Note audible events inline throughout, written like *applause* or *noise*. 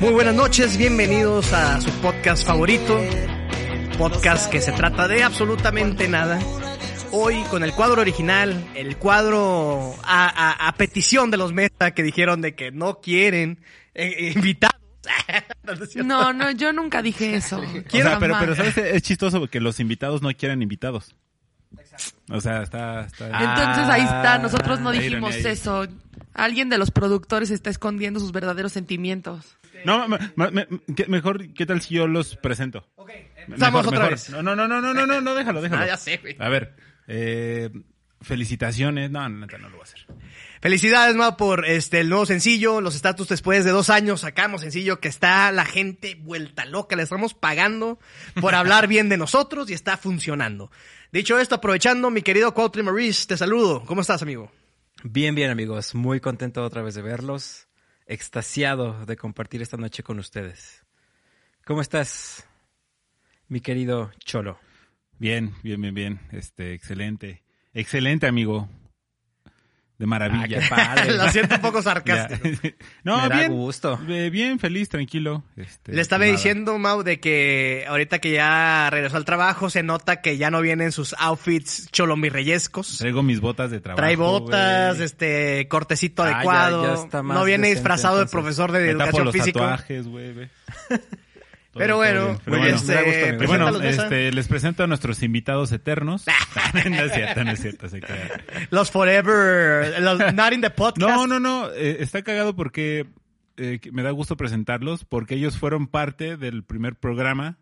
Muy buenas noches, bienvenidos a su podcast favorito, podcast que se trata de absolutamente nada. Hoy con el cuadro original, el cuadro a, a- a petición de los Meta que dijeron de que no quieren eh, invitados. *laughs* No, no es cierto. No, no, yo nunca *laughs* dije eso. O Quiero sea, pero, jamás. pero ¿sabes? es chistoso porque los invitados no quieren invitados. O sea, está... está- Ah. Entonces ahí está, nosotros no Ah, dijimos ironía ahí. eso. Alguien de los productores está escondiendo sus verdaderos sentimientos. Este- No, ma- ma- me- que- mejor, ¿qué tal si yo los presento? Estamos otra vez. No, no, no, no, no, no, no, no, déjalo, déjalo. Ah, ya sé, güey. A ver, eh, felicitaciones. No, no, no lo voy a hacer. Felicidades, Ma, por este, el nuevo sencillo, los estatus después de dos años, sacamos sencillo que está la gente vuelta loca, le estamos pagando *laughs* por hablar bien de nosotros y está funcionando. Dicho esto, aprovechando, mi querido Cuautli Maurice, te saludo. ¿Cómo estás, amigo? Bien, bien amigos, muy contento otra vez de verlos, extasiado de compartir esta noche con ustedes. ¿Cómo estás, mi querido Cholo? Bien, bien, bien, bien. Este, excelente. Excelente, amigo. De maravilla. Ah, *laughs* *laughs* Lo siento un poco Ya. *laughs* sarcástico. *laughs* no, Ah, Me da bien. gusto. eh, bien, feliz, tranquilo. Este, Le estaba nada. diciendo, Mau, de que ahorita que ya regresó al trabajo, se nota que ya no vienen sus outfits cholomirreyescos. Traigo mis botas de trabajo. Trae botas, güey. este cortecito Ah, ya- adecuado. ya está más no viene decente, disfrazado de entonces. profesor de Me tapo educación los física. tatuajes, güey. ve. Todo- Pero todo bueno, bien. Pero muy bueno. bien, Me da gusto, este, amigo. Y bueno, preséntalos, Mesa. este, les presento a nuestros *laughs* invitados eternos. *laughs* no es cierto, no es cierto. se crea. los forever, los not in the podcast. *laughs* No, no, no. eh, está cagado porque eh, que me da gusto presentarlos porque ellos fueron parte del primer programa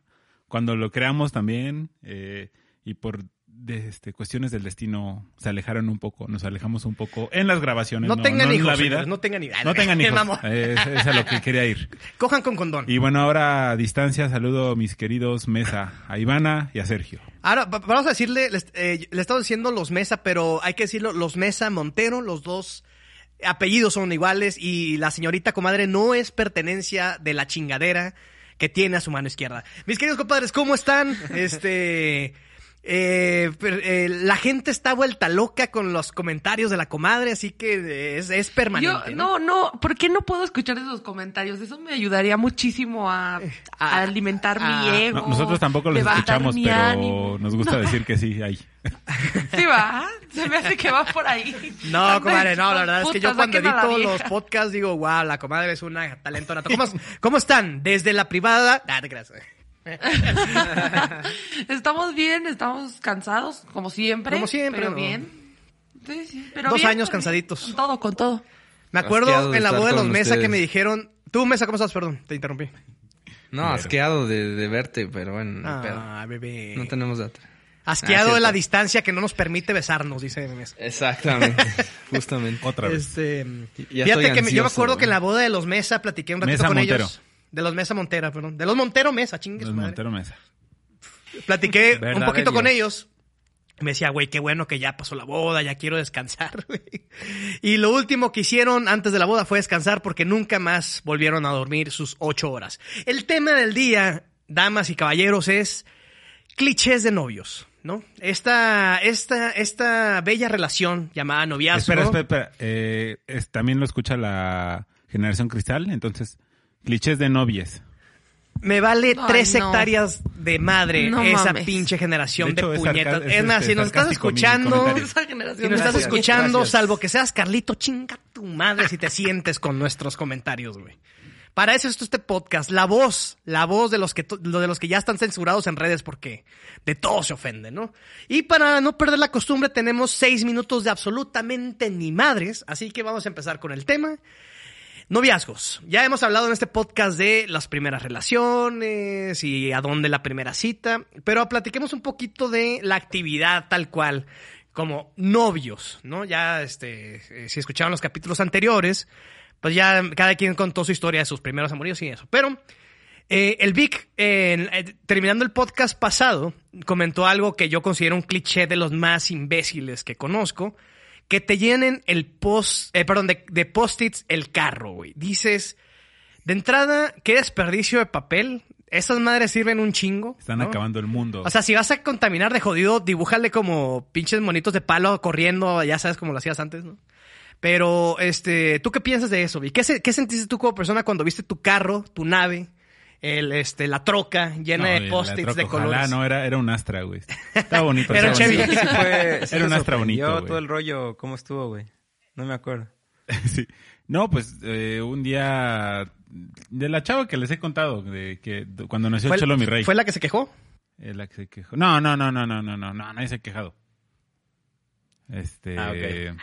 cuando lo creamos también eh, y por de- este, cuestiones del destino se alejaron un poco, nos alejamos un poco en las grabaciones. No tengan en hijos, la vida. señores, no tengan hijos. No *laughs* tengan hijos. Vamos. Eh, es, es a lo que quería ir. Cojan con condón. Y bueno, ahora a distancia saludo a mis queridos Mesa, a Ivana y a Sergio. Ahora va- vamos a decirle, les- eh, le he estado diciendo los Mesa, pero hay que decirlo, los Mesa Montero, los dos apellidos son iguales y la señorita comadre no es pertenencia de la chingadera que tiene a su mano izquierda. Mis queridos compadres, ¿cómo están? Este... eh, per- eh, la gente está vuelta loca con los comentarios de la comadre, así que es, es Yo, permanente. ¿no? no, no, ¿por qué no puedo escuchar esos comentarios? Eso me ayudaría muchísimo a, a alimentar mi Ah. ego. No- nosotros tampoco los levantar escuchamos, mi pero ánimo. nos gusta decir que sí, ahí. Sí, va. Se me hace que va por ahí. No, comadre, no, la verdad es que yo Puta, cuando saquen a la edito los vieja. podcasts digo, wow, la comadre es una talentona. ¿Cómo, cómo están? Desde la privada. Ah, te creas. Estamos bien, estamos cansados, como siempre. Como siempre, Pero ¿no? bien. Sí, sí, pero Dos bien, años pero cansaditos. bien. Con todo, con todo. Me acuerdo Hastiado de en la estar boda de los con Mesa que ustedes. me dijeron. Tú, Mesa, ¿cómo estás? Perdón, te interrumpí. No, asqueado de, de verte, pero bueno, no hay pedo. Ah, bebé. no tenemos data. Asqueado Ah, de la cierto. distancia que no nos permite besarnos, dice Mesa. Exactamente, *laughs* justamente. Otra vez. Este, ya fíjate estoy que me- yo me ansioso, ¿eh? acuerdo que en güey. la boda de los Mesa platiqué un ratito Mesa con Montero. ellos. De los Mesa Montera, perdón. De los Montero Mesa, chingues. Los madre. Montero Mesa. platiqué un Verdad poquito de con Dios. ellos. Me decía, güey, qué bueno que ya pasó la boda, ya quiero descansar. *laughs* güey. Y lo último que hicieron antes de la boda fue descansar porque nunca más volvieron a dormir sus ocho horas. El tema del día, damas y caballeros, es clichés de novios, ¿no? Esta, esta, esta bella relación llamada noviazgo. Espera, espera, espera. Eh, es- también lo escucha la generación cristal, entonces, clichés de novias. Me vale Ay, tres no. hectáreas de madre No esa mames. pinche generación de, De hecho, es sarca- puñetas. es Es, más, este, si nos estás sarcástico mi escuchando, comentario. Esa generación. Si nos estás Gracias. escuchando, gracias. salvo que seas Carlito, chinga tu madre si te sientes con nuestros comentarios, güey. Para eso es este podcast, la voz, la voz de los que to- lo de los que ya están censurados en redes porque de todo se ofende, ¿no? Y para no perder la costumbre tenemos seis minutos de absolutamente ni madres, así que vamos a empezar con el tema. Noviazgos. Ya hemos hablado en este podcast de las primeras relaciones y a dónde la primera cita, pero platiquemos un poquito de la actividad tal cual, como novios, ¿no? Ya, este, eh, si escucharon los capítulos anteriores, pues ya cada quien contó su historia de sus primeros amoríos y eso. Pero eh, el Vic, eh, en- eh, terminando el podcast pasado, comentó algo que yo considero un cliché de los más imbéciles que conozco, que te llenen el post, eh, perdón, de, de post-its el carro, güey. Dices, de entrada, qué desperdicio de papel. Esas madres sirven un chingo. Están ¿no? acabando el mundo. O sea, si vas a contaminar de jodido, dibújale como pinches monitos de palo corriendo, ya sabes como lo hacías antes, ¿no? Pero, este, ¿tú qué piensas de eso, Vi? ¿Qué, se- qué sentiste tú como persona cuando viste tu carro, tu nave, el, este, la troca No, llena de la post-its troca, de ojalá, colores? no, era, era un astra, güey. Estaba bonito. *laughs* Era un estaba Chevy. Sí, bonito. sí fue- sí Era un te astra bonito, sorprendió güey. todo el rollo, ¿cómo estuvo, güey? No me acuerdo. Sí. No, pues eh, un día de la chava que les he contado, de que de- cuando nació ¿Fue, Cholo mi rey. ¿Fue la que se quejó? Eh, la que se quejó. No, no, no, no, no, no, no, no, nadie se ha quejado. Este. Ah, ok.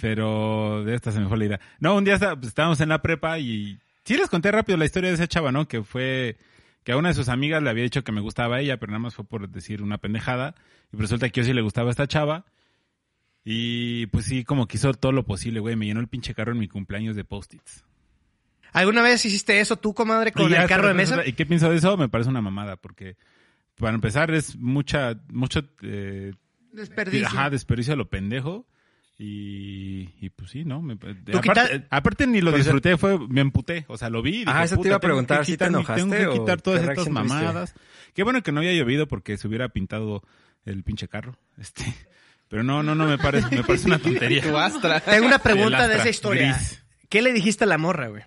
Pero de esta se me fue la idea. No, un día está- pues, estábamos en la prepa y sí les conté rápido la historia de esa chava, ¿no? Que fue que a una de sus amigas le había dicho que me gustaba ella, pero nada más fue por decir una pendejada. Y pues resulta que yo sí le gustaba a esta chava. Y pues sí, como que hizo todo lo posible, güey. Me llenó el pinche carro en mi cumpleaños de post-its. ¿Alguna vez hiciste eso tú, comadre, Y con ya, el carro de espérate, mesa? espérate, ¿Y qué pienso de eso? Me parece una mamada, porque para empezar es mucha, mucho eh, Desperdicio. ajá, desperdicio a lo pendejo. Y, y pues sí, ¿no? Me- aparte, quitas- eh, aparte ni lo Por eso- disfruté, fue, me emputé. O sea, lo vi. y dije, Ah, eso te "Puta, iba tengo a que preguntar, ¿sí te quitar mi- enojaste Tengo que o quitar todas qué estas reacción tuviste? mamadas. Qué bueno que no había llovido porque se hubiera pintado el pinche carro. *laughs* Este. Pero no, no, no, me parece, me *laughs* parece una tontería. Tu astra. Tengo una pregunta de Astra, esa historia. gris. ¿Qué le dijiste a la morra, güey?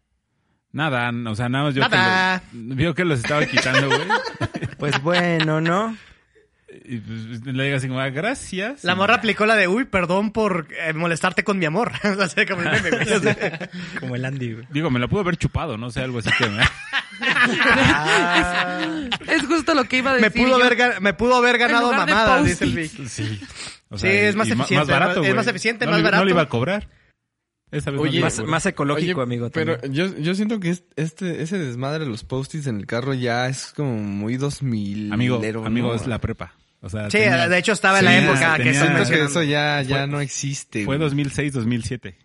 Nada, o sea, nada más yo Nada. Que los- vio que los estaba quitando, güey. Pues bueno, ¿no? Y pues, le digo así como, "Ah, gracias. La morra aplicó la de, uy, perdón por eh, molestarte con mi amor. *laughs* o sea, como el meme, güey. O sea, Como el Andy, güey. Digo, me la pudo haber chupado, no sé, algo así *laughs* que me... Es justo lo que iba a me decir. pudo, yo. haber, ga- me pudo haber ganado lugar de mamadas, dice el *laughs* post-its. Vic. Sí. O Sí, es más y ma- eficiente, barato, es más güey. eficiente, No más le- No barato. le iba a cobrar. Esa vez no le Oye, iba a Más, cobrar. más ecológico, amigo. Pero también. yo, yo siento que es- este, ese desmadre de los post-its en el carro ya es como muy 2000. Amigo, ¿no? amigo, es la prepa. O sea, Sí, tenía- de hecho estaba en la Sí, época que tenía- estás Siento que mencionando. eso ya, ya Fue- no existe. fue güey. 2006, 2007.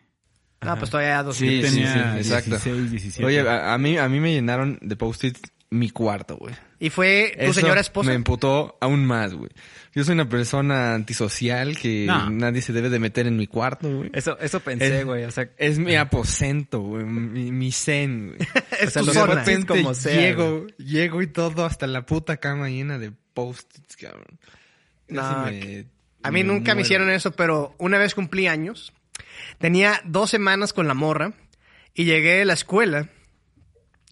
Ah, pues todavía dos. Sí, Yo sí, tenía sí, exacto. 16, 17. Oye, ah, a, a mí, a mí me llenaron de post-its mi cuarto, güey. Y fue tu Eso señora esposa. Me emputó aún más, güey. Yo soy una persona antisocial que No. nadie se debe de meter en mi cuarto, güey. Eso, eso pensé, Es- güey. O sea, Es mi aposento, güey. Mi, mi zen, güey. es sea, tu los de zona. papás- repente como sea, llego, llego y todo hasta la puta cama llena de post-its, cabrón. No, Casi me- A mí nunca me muero. hicieron eso, pero una vez cumplí años. Tenía dos semanas con la morra y llegué de la escuela.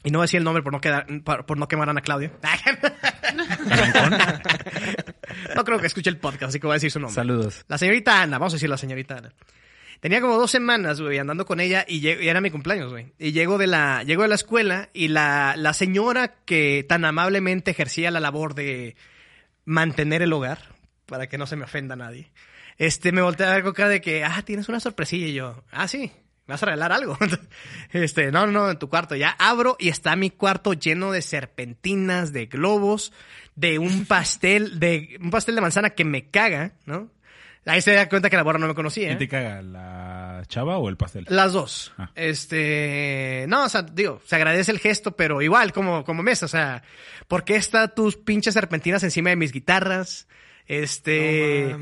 Y no decía el nombre por no, quedar, por, por no quemar a Ana Claudia. *laughs* no creo que escuche el podcast, así que voy a decir su nombre. saludos. La señorita Ana, vamos a decir la señorita Ana. Tenía como dos semanas, güey, andando con ella y, lle- y era mi cumpleaños, güey. Y llego de la, llego de la escuela y la, la señora que tan amablemente ejercía la labor de mantener el hogar, para que no se me ofenda a nadie, este, me voltea a ver con cara de que, ah, tienes una sorpresilla. Y yo, ah, sí, me vas a regalar algo. *laughs* este, no, no, en tu cuarto. Ya abro y está mi cuarto lleno de serpentinas, de globos, de un pastel, de un pastel de manzana que me caga, ¿no? Ahí se da cuenta que la borra no me conocía. ¿Quién te caga? ¿La chava o el pastel? Las dos. Ah. Este. No, o sea, digo, se agradece el gesto, pero igual, como, como mesa, o sea, ¿por qué está tus pinches serpentinas encima de mis guitarras? Este.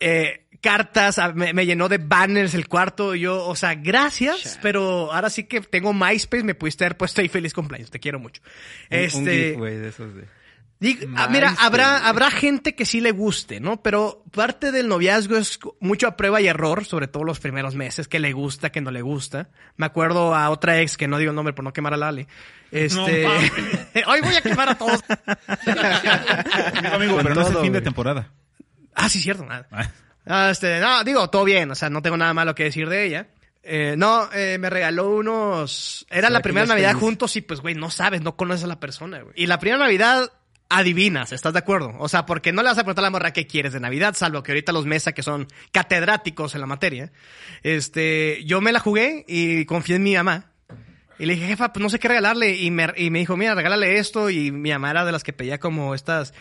eh, cartas, ah, me, me llenó de banners el cuarto. y Yo, o sea, gracias, pero ahora sí que tengo MySpace, me pudiste haber puesto ahí feliz cumpleaños, te quiero mucho. Un- Este. Un gif, güey, de esos de... Dig- ah, mira, Nice, habrá, güey. habrá gente que sí le guste, ¿no? Pero parte del noviazgo es cu- mucho a prueba y error, sobre todo los primeros meses, que le gusta, que no le gusta. Me acuerdo a otra ex, que no digo el nombre por no quemar a Lali. Este... No mames. *laughs* Hoy voy a quemar a todos. *laughs* Amigo, amigo, Con pero no es el todo, fin de güey. temporada. *laughs* ah, sí, cierto. nada. Ah, Ah, este, no, digo, todo bien, o sea, no tengo nada malo que decir de ella. Eh, no, eh, me regaló unos... Era la que primera ya es Navidad feliz. juntos y pues, güey, no sabes, no conoces a la persona, güey. Y la primera Navidad adivinas, ¿estás de acuerdo? O sea, porque no le vas a preguntar a la morra qué quieres de Navidad, salvo que ahorita los mesa que son catedráticos en la materia. Este, yo me la jugué y confié en mi mamá. Y le dije, jefa, pues no sé qué regalarle. Y me, y me dijo, mira, regálale esto. Y mi mamá era de las que pedía como estas,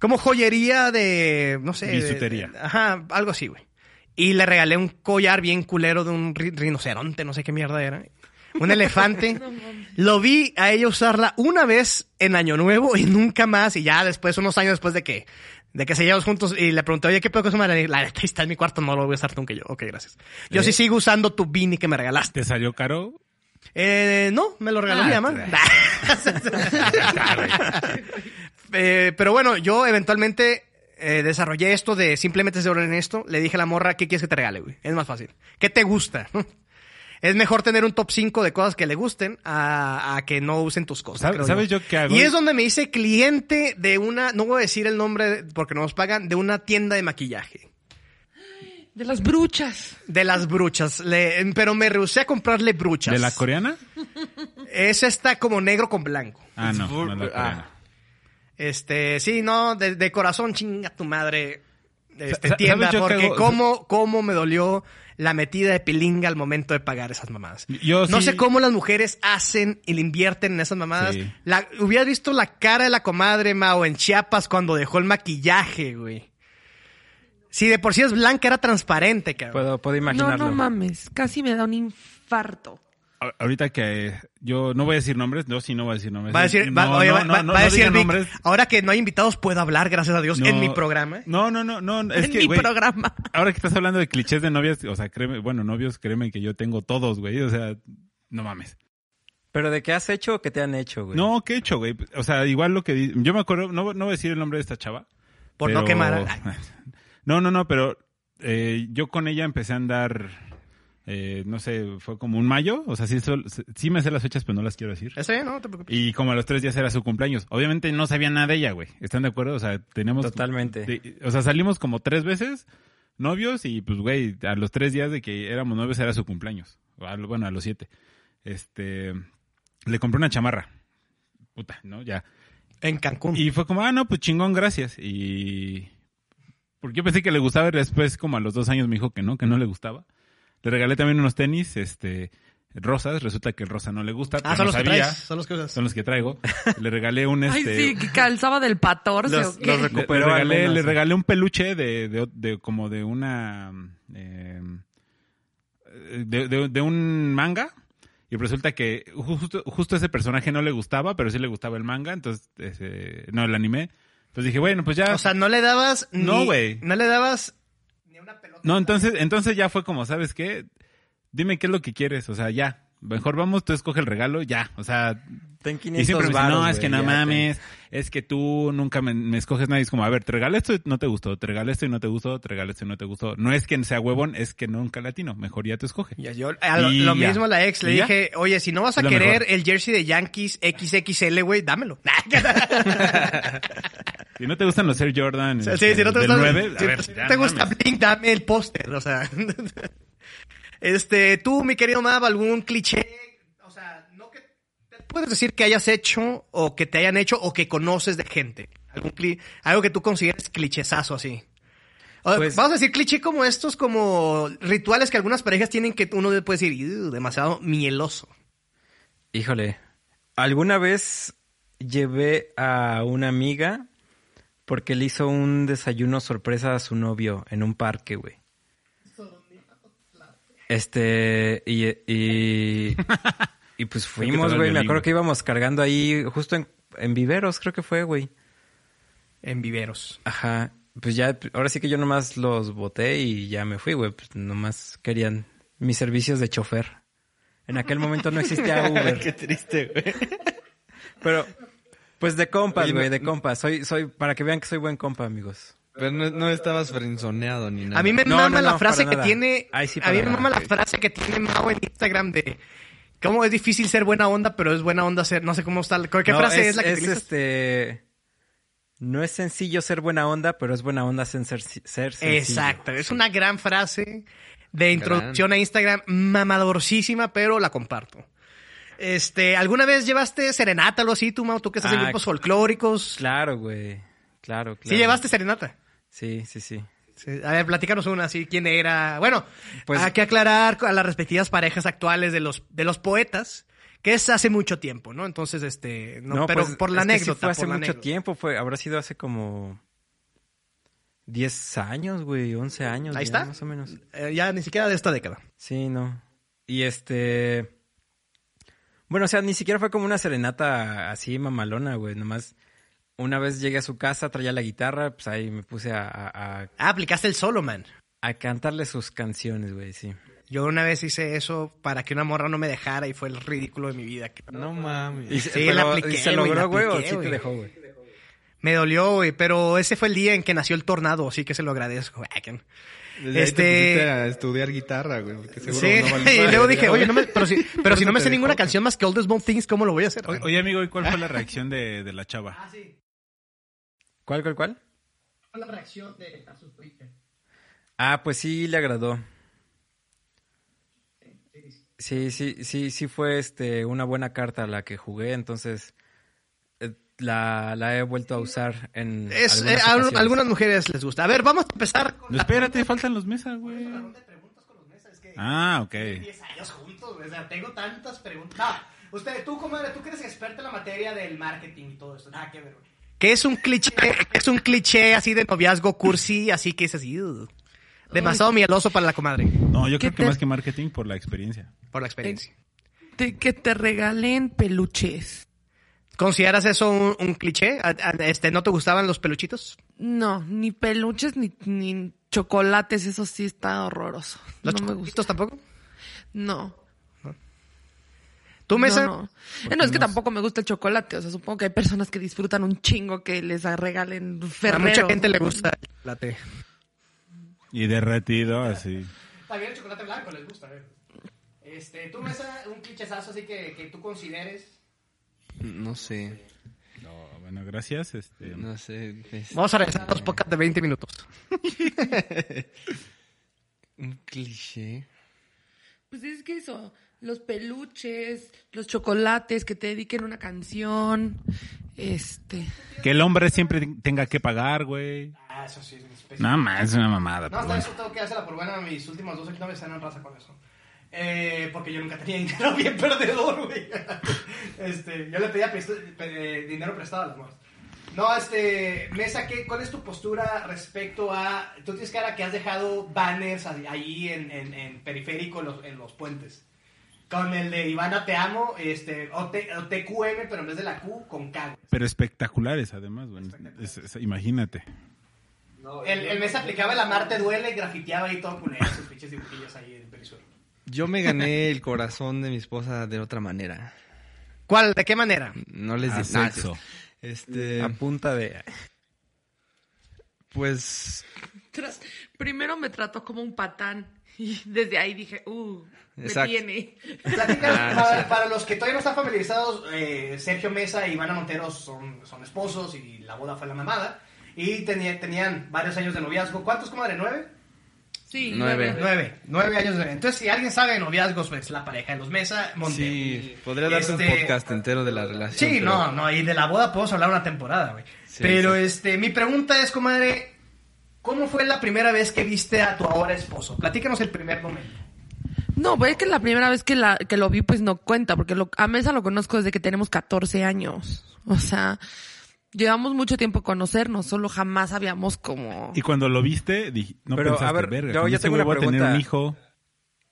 como joyería de, no sé. de- Bisutería. de- ajá, algo así, güey. Y le regalé un collar bien culero de un ri- rinoceronte, no sé qué mierda era. Un elefante. Lo vi a ella usarla una vez en Año Nuevo y nunca más. Y ya después, unos años después de que, de que se llevamos juntos, y le pregunté, oye, ¿qué pedo que es una La neta está en mi cuarto, no lo voy a usar nunca Y yo. Ok, gracias. Yo sí sigo usando tu beanie que me regalaste. ¿Te salió caro? Eh, no, me lo regaló Ah, mi mamá. claro. *laughs* Eh, pero bueno, yo eventualmente eh, desarrollé esto de simplemente ser en esto. Le dije a la morra, ¿qué quieres que te regale, güey? Es más fácil. ¿Qué te gusta? *laughs* Es mejor tener un top 5 de cosas que le gusten a, a que no usen tus cosas. ¿Sabe- creo sabes yo qué hago? Y es donde me hice cliente de una, no voy a decir el nombre porque no nos pagan, de una tienda de maquillaje. De las bruchas. De las bruchas. Le- pero me rehusé a comprarle bruchas. ¿De la coreana? Es esta como negro con blanco. Ah, no, It's for- no la coreana. Este, sí, no, de, de corazón chinga tu madre. Este, Sa- tienda, ¿sabes yo qué porque hago? cómo, cómo me dolió la metida de pilinga al momento de pagar esas mamadas. Yo no sí- sé cómo las mujeres hacen y le invierten en esas mamadas. Sí. La, hubieras visto la cara de la comadre Mao en Chiapas cuando dejó el maquillaje, güey. Si de por sí es blanca, era transparente, cabrón. Puedo, puedo No, imaginarlo. no mames. Casi me da un infarto. A- Ahorita que eh, yo no voy a decir nombres, no, sí, no voy a decir nombres. Va a decir, va, No, oye, no, va- no, va- no, va a no decir digan Vic, nombres. ahora que no hay invitados, puedo hablar, gracias a Dios, en No. mi programa. No, no, no, no. Es en que, mi güey, programa. Ahora que estás hablando de clichés de novias, o sea, créeme, bueno, novios, créeme que yo tengo todos, güey. O sea, no mames. Pero de qué has hecho o qué te han hecho, güey. No, qué he hecho, güey. O sea, igual lo que di- yo me acuerdo, no, no voy a decir el nombre de esta chava. Por no pero- quemar a- *laughs* No, no, no, pero eh, yo con ella empecé a andar, eh, no sé, fue como un mayo. O sea, sí, sol- sí me sé las fechas, pero no las quiero decir. Ese, no te preocupes. Y como a los tres días era su cumpleaños. Obviamente no sabía nada de ella, güey. ¿Están de acuerdo? O sea, teníamos... Totalmente. de- o sea, salimos como tres veces novios y pues, güey, a los tres días de que éramos novios era su cumpleaños. O a lo- bueno, a los siete. Este... Le compré una chamarra. Puta, ¿no? Ya. En Cancún. Y fue como, ah, no, pues chingón, gracias. Y... Porque yo pensé que le gustaba y después, como a los dos años, me dijo que no, que no le gustaba. Le regalé también unos tenis, este... Rosas, resulta que el rosa no le gusta. ah, pero son no los que sabía traes, son los que usas. son los que traigo. Le regalé un este. Ay, sí, que calzaba del 14 Los- o qué. los le- le, recuperó al regalé, menos. le regalé un peluche de, de, de- como de una eh, de, de- de un manga y resulta que ju- justo, justo ese personaje no le gustaba, pero sí le gustaba el manga, entonces ese- no el anime. Entonces dije, bueno, pues ya O sea, no le dabas ni- No, güey. No le dabas ni una pelota. No, entonces, entonces ya fue como, ¿sabes qué? Dime qué es lo que quieres, o sea, ya. Mejor vamos, tú escoge el regalo, ya. O sea, Ten 500 Y siempre me dicen, varos, no, es güey, que no ya, mames, es que tú nunca me, me escoges nadie. Es como, a ver, te regalé esto y no te gustó, te regalé esto y no te gustó, te regalé esto y no te gustó. No es que sea huevón, es que nunca latino. Mejor ya te escoge. Ya, yo- a lo, Y lo ya. mismo a la ex, le Y ya. dije, oye, si no vas a Es lo querer mejor. el jersey de Yankees XXL, güey, *laughs* dámelo. *laughs* Si no te gustan los Air Jordan, O sea, este, sí, si no te del gusta, 9, si a ver, no ya, te no gusta mames. Blink, dame el póster, o sea. *laughs* este, tú, mi querido Mav, algún cliché, o sea, no que te puedes decir que hayas hecho o que te hayan hecho o que conoces de gente. Algún cli- algo que tú consideres clichezazo así. O- Pues- Vamos a decir cliché como estos, como rituales que algunas parejas tienen que uno puede decir, "Ew, demasiado mieloso. Híjole, alguna vez llevé a una amiga porque le hizo un desayuno sorpresa a su novio en un parque, güey. Este, y, *laughs* y, y pues Creo que fuimos, te güey. valió Me acuerdo libre. que íbamos cargando ahí, justo en, en viveros, creo que fue, güey. En viveros. Ajá. Pues ya, ahora sí que yo nomás los boté y ya me fui, güey. Pues nomás querían mis servicios de chofer. En aquel momento *laughs* no existía *laughs* Uber. Qué triste, güey. Pero, pues de compas, Oye, no- güey, de compas. Soy, soy, para que vean que soy buen compa, amigos. Pero no, no estabas frenzoneado ni nada. A mí me No, mama no, no, la frase para que nada. tiene. Ahí sí, a mí para me nada. mama la frase que tiene Mao en Instagram de cómo es difícil ser buena onda, pero es buena onda ser. No sé cómo está. ¿Qué No, frase es, la que utilizas? este. No es sencillo ser buena onda, pero es buena onda ser, ser sencillo. Exacto. Es una gran frase de introducción a Instagram, mamadorcísima, pero la comparto. Este, ¿alguna vez llevaste serenata o algo así, tú, Mao? Tú que estás en Ah, grupos folclóricos. Claro, güey. Claro, claro. ¿Sí llevaste serenata? Sí, sí, sí. Sí. A ver, platícanos una, así, quién era. Bueno, Pues- hay que aclarar a las respectivas parejas actuales de los, de los poetas, que es hace mucho tiempo, ¿no? Entonces, este, no, pero pues, por la es que sí anécdota. fue hace por la mucho anécdota. tiempo, fue, habrá sido hace como 10 años, güey, 11 años. Ahí ya, está. Más o menos. Eh, ya ni siquiera de esta década. Sí, no. Y este. Bueno, o sea, ni siquiera fue como una serenata así mamalona, güey. Nomás una vez llegué a su casa, traía la guitarra, pues ahí me puse a, a- a- Ah, aplicaste el solo, man. a cantarle sus canciones, güey, sí. Yo una vez hice eso para que una morra no me dejara y fue el ridículo de mi vida. No mames. Y, se- Sí, pero- la apliqué, ¿y se güey, la logró, güey, o apliqué, sí te güey. dejó, güey. Me dolió, güey, pero ese fue el día en que nació el tornado, así que se lo agradezco. Ah, que- Desde ahí te este- pusiste a estudiar guitarra, güey. Porque seguro Sí, no *laughs* vale y madre, luego dije, ya, oye, güey. no me- pero si, pero si no me te sé ninguna dejó. canción más que All These Bone Things, ¿cómo lo voy a hacer? O- Oye, amigo, ¿y cuál fue la reacción de, de la chava? ¿Cuál, cuál, cuál? la reacción de Ah, pues sí, le agradó. Sí, sí, sí, sí fue este una buena carta la que jugué, entonces eh, la, la he vuelto a usar en Es, eh, algunas a ocasiones. algunas mujeres les gusta. A ver, vamos a empezar con No, espérate, faltan los mesas, güey. Ah, ok. 10 años juntos, güey. O sea, tengo tantas preguntas. No, usted, tú, comadre, tú que eres experta en la materia del marketing y todo esto. Nada que ver, güey. Que es un cliché, es un cliché así de noviazgo cursi, así que es así. uh, demasiado mieloso para la comadre, No, yo ¿Qué creo que te- más que marketing por la experiencia. por la experiencia. De que te regalen peluches. ¿Consideras eso un, un cliché? ¿A- a- Este, ¿No te gustaban los peluchitos? No, ni peluches ni, ni chocolates, eso sí está horroroso. ¿Los no me gusta. chocolatitos tampoco? No. ¿Tú, Mesa? No, no. Eh, no, es que tampoco me gusta el chocolate. O sea, supongo que hay personas que disfrutan un chingo que les regalen A ferrero. mucha gente le gusta el chocolate. Y derretido, así. También el chocolate blanco les gusta, Este, tú, Mesa, un clichezazo así que, que tú consideres. No sé. No, bueno, gracias. Este, No sé. es Vamos a regresar a los podcasts de 20 minutos. un cliché. Pues es que eso, los peluches, los chocolates, que te dediquen una canción, este... Que el hombre siempre te- tenga que pagar, güey. Ah, eso sí, es una especie. Nada más, es una mamada. No, pero hasta bueno. eso tengo que dársela por buena. Mis últimos dos exámenes eran raza con eso. Eh, porque yo nunca tenía *laughs* dinero bien perdedor, güey. *laughs* Este, yo le pedía presto- pe- dinero prestado a las morras. No, este, Mesa, ¿qué, ¿cuál es tu postura respecto a... Tú tienes cara que has dejado banners ahí- ahí en, en, en periférico, en los, en los puentes. Con el de Ivana te amo, este, o, T- o TQM, pero en vez de la Q, con K. güey. Pero espectaculares, además, güey. Es- es- imagínate. El, el Mesa aplicaba el amarte duele y grafiteaba ahí todo culero sus pinches dibujillos ahí en perisuelo. Yo me gané el corazón de mi esposa de otra manera. ¿Cuál? ¿De qué manera? No les A di Ah, sexo. Este, Mm, a punta de pues tras- primero me trató como un patán y desde ahí dije, uh, Exacto. me tiene. Platícanos, Ah, para, para los que todavía no están familiarizados, eh, Sergio Mesa y Ivana Montero son, son esposos y la boda fue la mamada. Y tenía- tenían varios años de noviazgo. ¿Cuántos, comadre? ¿Nueve? Sí, Nueve. nueve. Nueve. Nueve años de Entonces, si alguien sabe de noviazgos, pues la pareja de los Mesa, Montero. sí, podría darse un Este, podcast entero de la relación. Sí, pero- no, no, y de la boda podemos hablar una temporada, güey. Sí, Pero sí. este, mi pregunta es, comadre, ¿cómo fue la primera vez que viste a tu ahora esposo? Platícanos el primer momento. No, pues es que la primera vez que, la, que lo vi, pues no cuenta, porque lo- a Mesa lo conozco desde que tenemos 14 años. O sea, llevamos mucho tiempo conocernos, solo jamás habíamos como... Y cuando lo viste, dije, no Pero, pensaste, a ver, verga, yo- con yo este tengo una güey voy a tener pregunta. un hijo.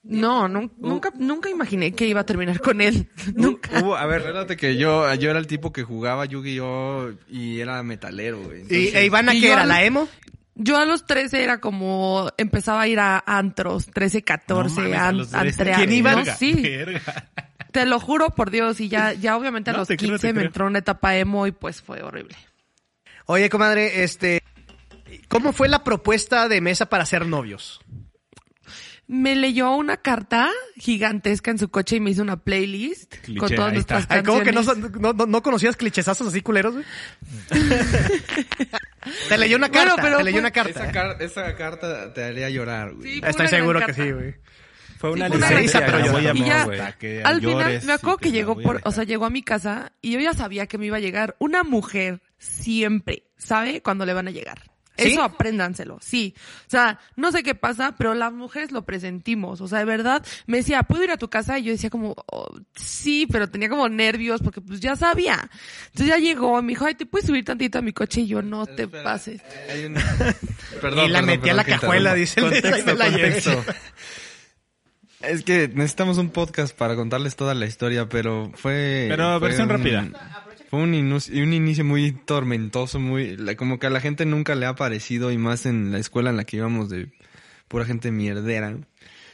No, nun- nunca, nunca imaginé que iba a terminar con *laughs* él. nunca. Hubo, a ver, Acuérdate que yo, yo era el tipo que jugaba Yu-Gi-Oh! y era metalero, güey. Entonces, ¿Y e Ivana Y qué yo era? al- ¿La emo? Yo a los 13 era como, empezaba a ir a antros, 13, 14, No mames, a an- los tres. antrear, ¿Quién iba? ¿no? Verga, Sí, verga. te lo juro por Dios, y ya, ya obviamente a No, los te creo, 15 te me creo. entró una etapa emo y pues fue horrible. Oye, comadre, este, ¿cómo fue la propuesta de Mesa para ser novios? Me leyó una carta gigantesca en su coche y me hizo una playlist Cliché, con todas ahí está. nuestras Ay, canciones. ¿Cómo que no, son- no, no- no conocías clichesazos así culeros, *laughs* güey? te leyó una Bueno, carta, pero te leyó una fue- Esa, carta. ¿eh? car- esa carta te haría llorar, güey. Sí, fue Estoy una gran seguro que carta. sí, güey. fue una Una licencia, risa, pero la yo voy a y ya, amar, güey. hasta que al llores final, me acuerdo y que te la llegó voy a por, dejar. o sea, llegó a mi casa y yo ya sabía que me iba a llegar una mujer siempre, ¿sabe? Cuando le van a llegar. ¿Sí? Eso apréndanselo, sí. O sea, no sé qué pasa, pero las mujeres lo presentimos. O sea, de verdad, me decía, ¿puedo ir a tu casa? Y yo decía como, "Oh, sí, pero tenía como nervios porque pues ya sabía. Entonces ya llegó, me dijo, ay, ¿te puedes subir tantito a mi coche? Y yo, no te pases. *laughs* Hay un- Perdón, y la perdón, metí a la perdón que cajuela, interrumpa. dice el ahí me la llevé. *laughs* Es que necesitamos un podcast para contarles toda la historia, pero fue... Pero fue versión un- rápida. Fue un, inus- un inicio muy tormentoso, muy la- como que a la gente nunca le ha parecido, y más en la escuela en la que íbamos de pura gente mierdera.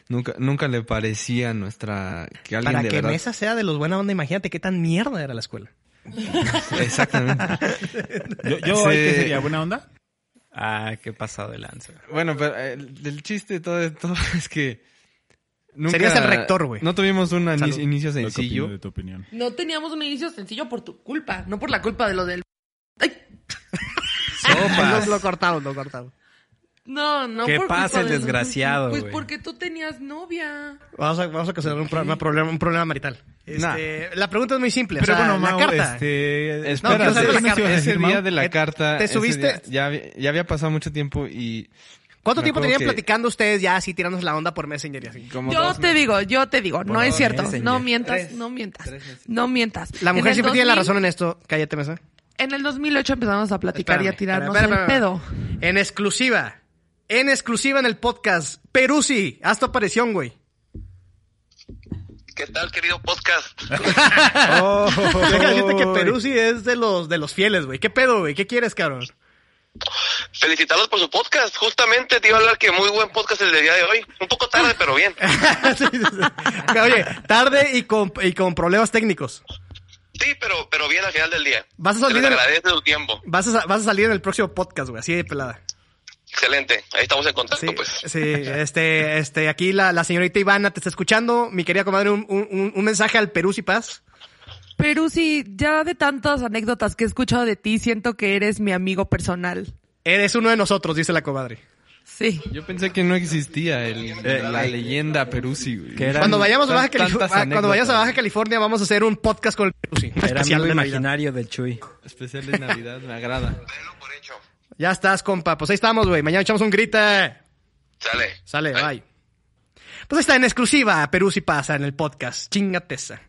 Nunca, nunca le parecía nuestra... Que alguien Para de que verdad... Mesa sea de los buena onda, imagínate qué tan mierda era la escuela. *laughs* Exactamente. Yo, yo Sí. hoy, ¿qué sería? ¿Buena onda? Ah, qué pasado de lanza. Bueno, pero eh, el, el chiste de todo *laughs* esto es que... Nunca, Serías el rector, güey. No tuvimos un ani- Salud. inicio Lo que sencillo. opino de tu opinión. No teníamos un inicio sencillo por tu culpa, no por la culpa de lo del... Ay, Lo, *laughs* Sopas. lo cortamos, lo cortamos. no, no. Que por culpa pase el de- desgraciado, Pues güey. porque tú tenías novia. Vamos a, vamos a considerar un, pro- un problema, un problema marital. Este, La pregunta es muy simple. Pero o sea, bueno, la Mau, carta. este... No, quiero saber la Espérate, ¿qué nos carta. ibas a ese decir, Mau? día de la ¿Te- carta. te ese subiste? día, ya, había- ya había pasado mucho tiempo y. ¿Cuánto Me tiempo acuerdo tenían que- platicando ustedes ya así tirándose la onda por Messenger y así? Como Yo dos te digo, yo te digo, no es cierto. Messenger. No mientas, Tres. no mientas, Tres meses. no mientas. La En mujer el siempre tiene la 2000 razón en esto. Cállate, Mesa. En el 2008 empezamos a platicar y Espérame, a tirarnos espérame, el espérame, pedo. espérame. En exclusiva. En exclusiva en el podcast. Perusi, haz tu aparición, güey. ¿Qué tal, *laughs* querido podcast? Déjale decirte que Perusi es de los, de los fieles, güey. ¿Qué pedo, güey? ¿Qué quieres, cabrón? *laughs* Felicitarlos por su podcast. Justamente te iba a hablar que muy buen podcast el del día de hoy. Un poco tarde, *laughs* pero bien. Sí, sí, sí. Oye, tarde y con, y con problemas técnicos. Sí, pero, pero bien al final del día. Vas a Se les salir en- agradece su tiempo. Vas a, sa- vas a salir en el próximo podcast, güey. Así de pelada. Excelente. Ahí estamos en contacto, Sí, pues. sí, este, este, aquí la, la señorita Ivana te está escuchando. Mi querida comadre, un, un- un- un mensaje al Perusi Paz. Pero sí, ya de tantas anécdotas que he escuchado de ti, siento que eres mi amigo personal. Eres uno de nosotros, dice la comadre. Sí. Yo pensé que no existía el- Eh, la leyenda Perusi, güey. Que era- Cuando vayamos a Baja Tantas California, cuando vayas a anécdotas. Baja California, vamos a hacer un podcast con el Perusi. Era Especial amigo de Navidad. imaginario del Chuy. Especial de Navidad, me agrada. Denlo por hecho. Ya estás, compa. Pues ahí estamos, güey. Mañana echamos un grita. Sale. Sale, bye. Pues ahí está en exclusiva Perusi pasa en el podcast. Chingatesa.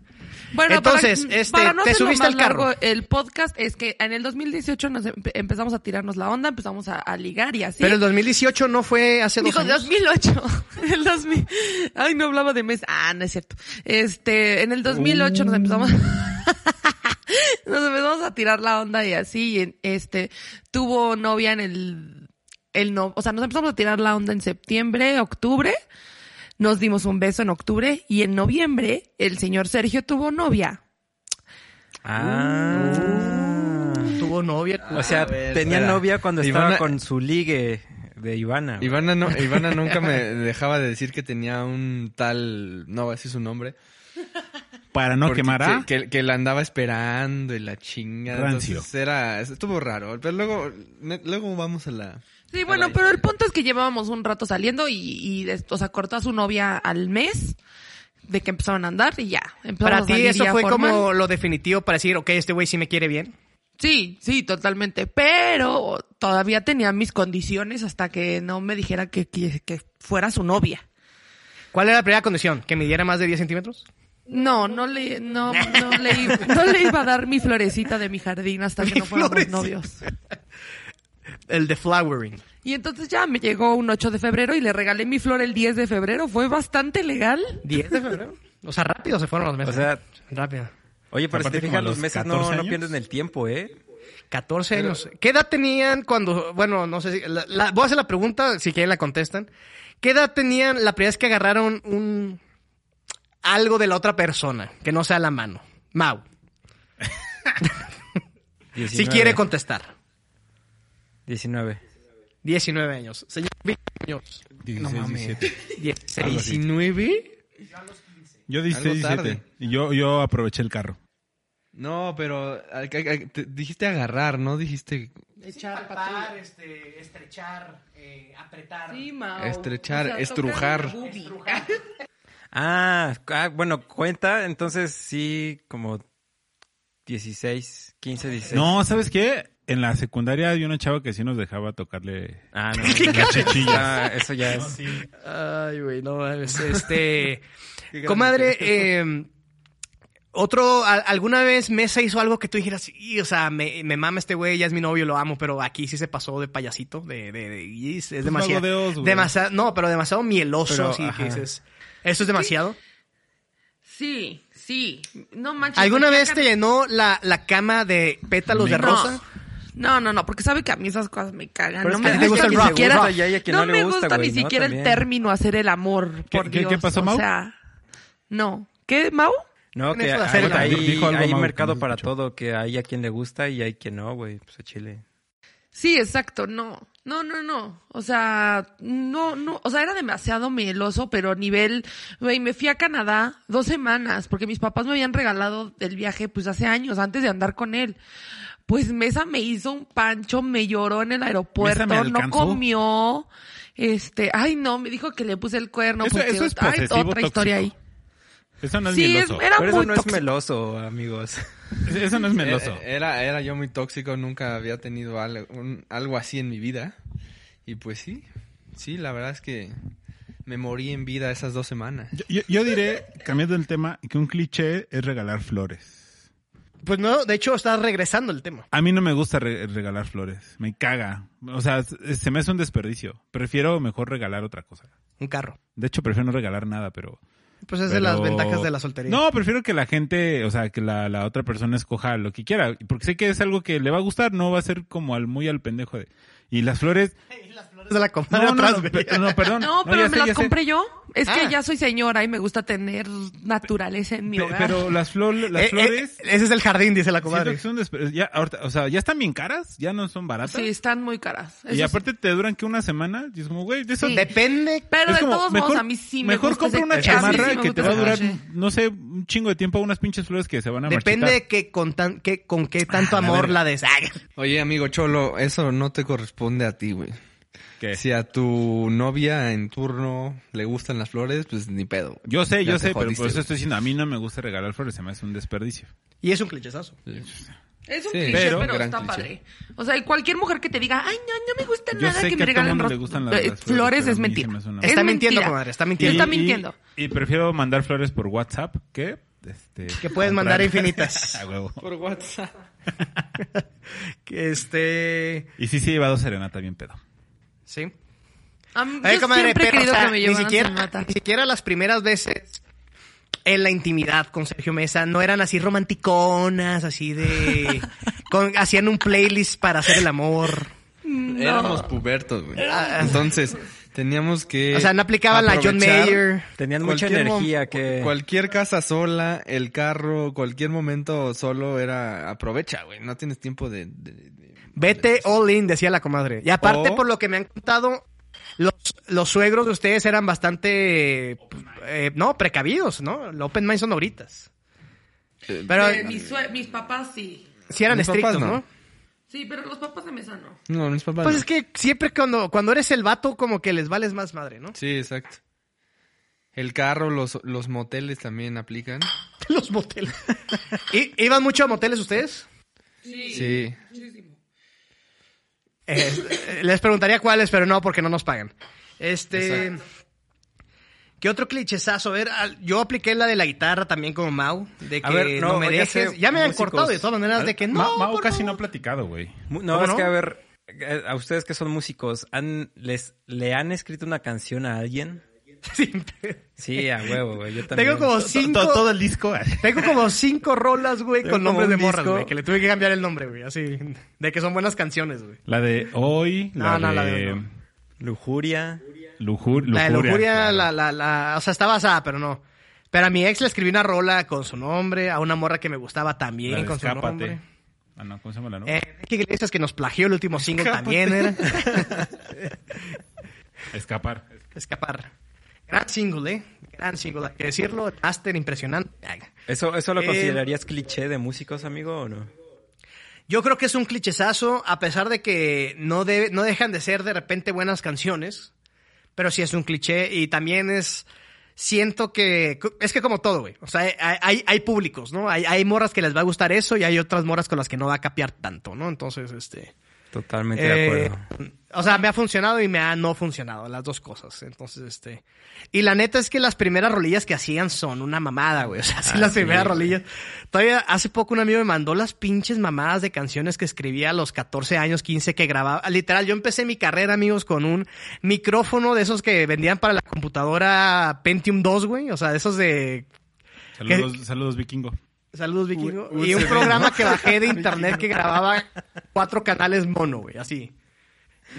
Bueno, Entonces, para, este, para no te hacerlo subiste más al carro. largo, el podcast es que en el 2018 nos empe- empezamos a tirarnos la onda, empezamos a, a ligar y así. Pero el 2018 no fue hace dos Dijo, años. 2008. *laughs* El 2000. Ay, no hablaba de mes. Ah, no es cierto. Este, en el 2008 nos empezamos. Oh. *laughs* nos empezamos a tirar la onda y así. y en- este, tuvo novia en el. El no, o sea, nos empezamos a tirar la onda en septiembre, octubre. Nos dimos un beso en octubre y en noviembre el señor Sergio tuvo novia. Ah. Tuvo novia. O sea, A ver, tenía espera. novia cuando Ivana- estaba con su ligue de Ivana. güey. Ivana, no, Ivana nunca me dejaba de decir que tenía un tal. No voy a decir su nombre. Para no porque quemar a... Que, que- que la andaba esperando y la chinga. Rancio. Entonces era. Estuvo raro. Pero luego, ne- luego vamos a la. Sí, bueno, la pero el punto es que llevábamos un rato saliendo y, y des- o sea, cortó a su novia al mes de que empezaron a andar y ya. Empezamos Para a ti salir eso ya fue formal. como lo definitivo para decir, ok, este güey sí me quiere bien. Sí, sí, totalmente. Pero todavía tenía mis condiciones hasta que no me dijera que, que- que fuera su novia. ¿Cuál era la primera condición? ¿Que midiera más de 10 centímetros? No, no le, no, no le, *laughs* iba- no le iba a dar mi florecita de mi jardín hasta que Mi no fuéramos florecita. novios. El de flowering. Y entonces ya me llegó un 8 de febrero y le regalé mi flor el 10 de febrero. Fue bastante legal. 10 de febrero. O sea, rápido se fueron los meses. O sea, rápido. Oye, pero si Aparte te como fijas, a los los meses 14 no, no años. pierden el tiempo, ¿eh? 14 años. ¿Qué edad tenían cuando, bueno, no sé si, la- la- voy a hacer la pregunta, si quieren la contestan. ¿Qué edad tenían la primera vez que agarraron un, algo de la otra persona, que no sea la mano? Mau, si 19. quiere contestar. 19. 19 años. Señor Viños. 16, no mames. 17. 16. 19? Yo 16, Algo tarde. 17. Y yo, yo aproveché el carro. No, pero a- a- a- te- dijiste agarrar, ¿no? Dijiste Palpar, este, estrechar, eh, apretar. Estrechar, estrujar. Ah, ah, bueno, cuenta, entonces sí, como 16, 15, 16. No, ¿sabes qué? en la secundaria había una chava que sí nos dejaba tocarle *laughs* Ah, *laughs* no. las chichillas. Ah, eso ya es. Ay, güey, no mames. *laughs* Este. comadre, eh, Otro, a- ¿alguna vez Mesa hizo algo que tú dijeras, "Y, o sea, me, me mama este güey, ya es mi novio, lo amo, pero aquí sí se pasó de payasito, de, de, de- y es, Pues es demasiado, vagodeos, güey. demasiado, no, pero demasiado mieloso, Pero, así que ajá. dices, esto es demasiado. Sí, sí. No manches. ¿Alguna cualquier vez te can- llenó la, la cama de pétalos de No. rosa? No, no, no, porque sabe que a mí esas cosas me cagan. no Pero es me que a ti te gusta gusta el ni rock, siquiera. rock. Y hay a quien no, no le me gusta, gusta güey, ni ¿no? siquiera el También. término hacer el amor. ¿Qué- por qué- qué Dios. pasó, Mau? O sea, no. ¿Qué, Mau? No, Con que eso de hay, hacer la- hay- Dijo algo, hay Mau, que mercado no para escuchó. todo, que hay a quien le gusta y hay quien no, güey. Pues a Chile. Sí, exacto, no. No, no, no. O sea, no, no. O sea, era demasiado mieloso, pero a nivel. Güey, me fui a Canadá dos semanas, porque mis papás me habían regalado el viaje, pues hace años, antes de andar con él. Pues Mesa me hizo un pancho, me lloró en el aeropuerto, me no alcanzó. comió. Este, ay, no, me dijo que le puse el cuerno. Eso- porque, eso es ay, posesivo otra historia ahí. tóxico. Eso no es Sí, es- meloso. era Pero muy eso no tóxico. es meloso, amigos. *laughs* Eso no es meloso. Eh, Era, era yo muy tóxico, nunca había tenido al- un- algo así en mi vida. Y pues sí, sí, la verdad es que me morí en vida esas dos semanas. Yo, yo- yo diré, cambiando el tema, que un cliché es regalar flores. Pues no, de hecho está regresando el tema. A mí no me gusta re- regalar flores, me caga. O sea, se se me hace un desperdicio. Prefiero mejor regalar otra cosa. Un carro. De hecho, prefiero no regalar nada, pero... Pues es de las pero- ventajas de la soltería. No, prefiero que la gente, o sea, que la, la otra persona escoja lo que quiera. Porque sé que es algo que le va a gustar, no va a ser como al muy al pendejo de... Y las flores... Es de la No, comadre no, atrás, no, güey. pe- no, perdón. No, pero ya me sé, ya las sé. compré yo. Es Ah. que ya soy señora y me gusta tener naturaleza en mi Pe- hogar. pero las, flor- las Eh, eh, flores... ese es el jardín, dice la siento que comadre. son desper- ya, ahorita- o sea, ya están bien caras, ya no son baratas. Sí, están muy caras. Eso y sí. aparte te duran que una semana. Y es como, güey, de eso Sí. Depende. Pero Es de como, todos modos, a mí sí me mejor gusta compra ese- una a mí sí chamarra me que gusta te va a ese durar, coche. no sé, un chingo de tiempo, unas pinches flores que se van a Depende marchitar. de que con, tan, que con qué tanto la amor verga. la des. Ay, Oye, amigo Cholo, eso no te corresponde a ti, güey. ¿Qué? Si a tu novia en turno le gustan las flores, pues ni pedo. güey. Yo sé, Ya yo sé, te pero pues, jodiste, por eso güey. estoy diciendo, a mí no me gusta regalar flores, se me hace un desperdicio. Y es un clichezazo. Es un Sí, cliché, pero, pero- gran está cliché. padre. O sea, y cualquier mujer que te diga, ay, no, no me gusta Yo nada sé que, que me a todo regalen mundo ro- le gustan las- eh, las flores, flores, pero a es mí sí mentira. me suena- Está mintiendo, mentira. comadre, está mintiendo. Está Y- y- mintiendo. Y, prefiero mandar flores por WhatsApp que... Este, Que puedes mandar *laughs* comprar- infinitas. a huevo. Que este. Y sí, sí, he llevado serenata bien pedo. Sí. A mí- Ay, yo comadre, siempre he pero, querido o sea, que me ni llevaran siquiera, serenata. ni siquiera las primeras veces en la intimidad con Sergio Mesa no eran así romanticonas, así *laughs* de. con- hacían un playlist para hacer el amor. Éramos pubertos, güey. Entonces, teníamos que... O sea, no aplicaban la John aprovechar Mayer. Tenían mucha cualquier mom- energía que... Cualquier casa sola, el carro, cualquier momento solo era... Aprovecha, güey. No tienes tiempo de... de- de- Vete all in, decía la comadre. Y aparte, O- por lo que me han contado, los, los suegros de ustedes eran bastante, eh, no, precavidos, ¿no? Los open mind son ahoritas. Pero Eh, mis, sue- mis papás sí. sí eran mis papás estrictos, no. ¿no? Sí, pero los papás de mesa no. No, mis papás Pues no. es que siempre cuando, cuando eres el vato, como que les vales más madre, *laughs* ¿no? Sí, exacto. El carro, los, los moteles también aplican. Los moteles. ¿I- ¿Iban mucho a moteles ustedes? Sí. Eh, les preguntaría cuáles, pero no, porque no nos pagan. Este. ¿Qué otro clichezazo? A ver, al- yo apliqué la de la guitarra también como Mau, de que A ver, no, no, me ya sé, dejes. Ya me han músicos. cortado de todas maneras de que no. Ma- Mau por casi no favor. ha platicado, güey. Mu- No, ¿Cómo es no? que a ver, eh, a ustedes que son músicos, ¿han, les, ¿le han escrito una canción a alguien? Siempre. Sí, a huevo, güey. Yo también. Tengo como To- cinco. to- Todo el disco. Tengo como cinco rolas, güey, Tengo con nombres como de un morras, disco. güey. Que le tuve que cambiar el nombre, güey. Así. De que son buenas canciones, güey. La de hoy, la No, Ah, no, de... la de hoy no. Lujuria. Lujur- La de lujuria, lujuria, claro. la, la, la. O sea, está basada, pero no. Pero a mi ex le escribí una rola con su nombre, a una morra que me gustaba La también de con su Escápate. nombre. Ah, no, ¿cómo se llama la nueva? Eh, Enrique Iglesias que nos plagió el último single también ¿eh? era. *laughs* Escapar. Escapar. Gran single, ¿eh? Gran single. Hay que decirlo, Aster impresionante. Ay. ¿Eso, eso lo Eh, considerarías cliché de músicos, amigo, o no? Yo creo que es un clichezazo, a pesar de que no, debe- no dejan de ser de repente buenas canciones, pero sí es un cliché y también es siento que es que como todo, güey. O sea, hay, hay, hay públicos, ¿no? Hay, hay morras que les va a gustar eso y hay otras morras con las que no va a capear tanto, ¿no? Entonces, este... Totalmente de eh, acuerdo. O sea, me ha funcionado y me ha no funcionado, las dos cosas. Entonces, este. Y la neta es que las primeras rolillas que hacían son una mamada, güey. *laughs* O sea, sí, Ah, las sí, primeras güey. rolillas. Todavía hace poco un amigo me mandó las pinches mamadas de canciones que escribía a los 14 años, 15 que grababa. Literal, yo empecé mi carrera, amigos, con un micrófono de esos que vendían para la computadora Pentium 2, güey. O sea, de esos de Saludos, saludos vikingo. Saludos, vikingo. U- y un USB, programa que bajé de internet que grababa cuatro canales mono, güey, así.